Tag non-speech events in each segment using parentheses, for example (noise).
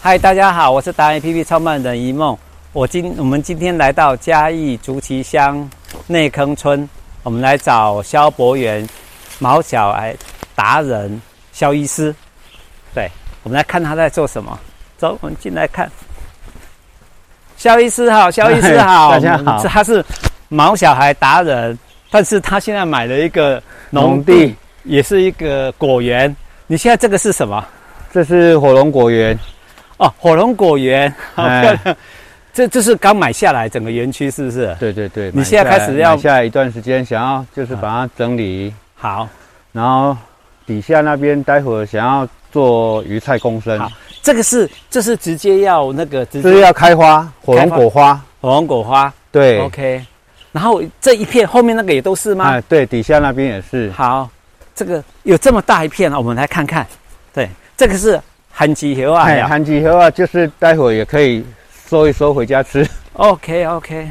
嗨，大家好，我是达人 APP 创办人一梦。我今我们今天来到嘉义竹崎乡内坑村，我们来找萧博元、毛小癌达人萧医师。对，我们来看他在做什么。走，我们进来看。萧医师好，萧医师好，大家好我们是他是毛小孩达人，但是他现在买了一个农农地地，也是一个果园。你现在这个是什么？这是火龙果园，哦，火龙果园，好哎漂亮！这这是刚买下来整个园区是不是？对对对。你买现在下开始来要买下来一段时间，想要就是把它整理，好，然后底下那边待会儿想要做鱼菜共生，好这个是这是直接要那个直这是接要开花，火龙果花，火龙果花对， ，OK。然后这一片后面那个也都是吗？哎对，底下那边也是，好，这个有这么大一片啊，我们来看看。对，这个是含吉油啊哎，呀含几盒啊，就是待会儿也可以收一收回家吃， (laughs) ，OK OK。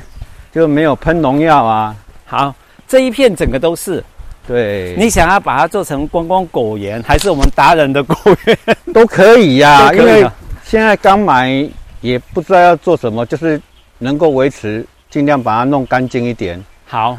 就没有喷农药啊，好，这一片整个都是。对，你想要把它做成观光果园，还是我们达人的果园？都可以呀、都因可以为啊现在刚买也不知道要做什么，就是能够维持，尽量把它弄干净一点。好，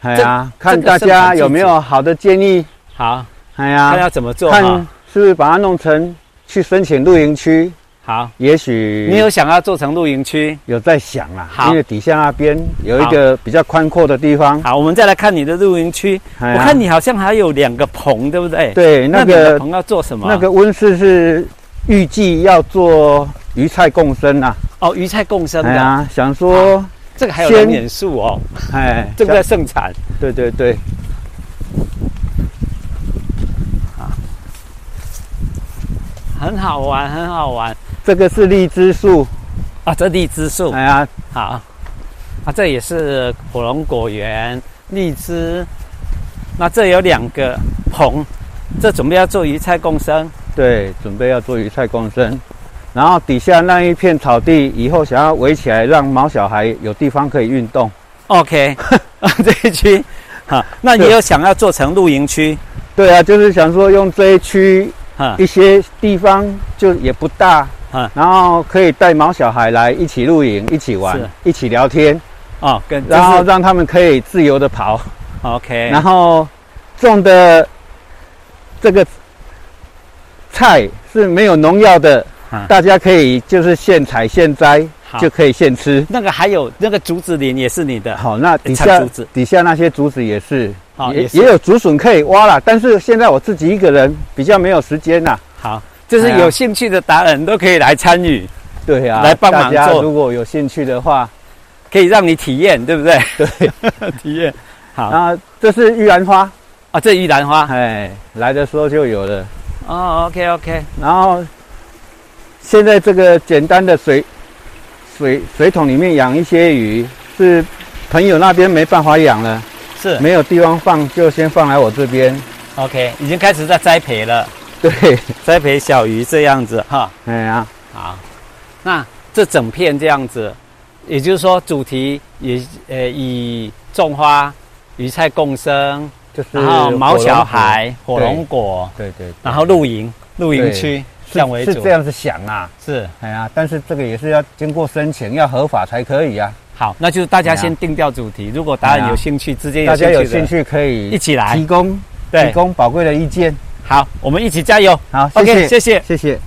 哎呀，这看这个大是蛮家积极有没有好的建议？好，哎看呀，要怎么做看哈。是不是把它弄成去申请露营区？好，也许你有想要做成露营区？有在想啦好，因为底下那边有一好个比较宽阔的地方。好，我们再来看你的露营区。哎我呀看你好像还有两个棚，对不对？。对那那两个个棚要做什么？那个温室是预计要做鱼菜共生啊。哦，鱼菜共生哎的，呀，想说这个还有先龙眼树哦，哎，这个在盛产。对对对，很好玩，很好玩这个是荔枝树，啊！这荔枝树哎呀，好啊，这也是火龙果园荔枝。那这有两个棚，这准备要做鱼菜共生。对，准备要做鱼菜共生。然后底下那一片草地，以后想要围起来，让毛小孩有地方可以运动。 (laughs) OK，啊这一区好，那也有想要做成露营区。对啊，就是想说用这一区哈，一些地方就也不大嗯，然后可以带毛小孩来一起露营、一起玩是、一起聊天，哦，跟然后就是让他们可以自由的跑。 OK，然后种的这个菜是没有农药的嗯，大家可以就是现采现摘好就可以现吃。那个还有那个竹子林也是你的，好，那底产下哎竹子底下那些竹子也是，好也也是也有竹笋可以挖啦。但是现在我自己一个人比较没有时间啦。好，就是哎呀有兴趣的达人都可以来参与，对啊，来帮忙大家做如果有兴趣的话，可以让你体验，对不对？对， (laughs) 体验。好啊、啊，这是玉兰花，这玉兰花哎，来的时候就有了。哦，OK OK，然后现在这个简单的水水水桶里面养一些鱼，是朋友那边没办法养了，是没有地方放，就先放来我这边。 OK，已经开始在栽培了，对，栽培小鱼这样子哈。哎呀，好，那这整片这样子，也就是说主题也呃以种花、鱼菜共生，就是然后毛小火孩、火对龙果，龙果，对对对然后露营、露营区这样为是主，这样子想啊，是哎呀，但是这个也是要经过申请，要合法才可以啊。好，那就是大家哎呀先定掉主题。如果达人有兴趣，之间有啊大兴家趣有的，兴趣可以一起来提供提对，供宝贵的意见。好，我们一起加油。好，谢 OK，谢谢谢谢谢。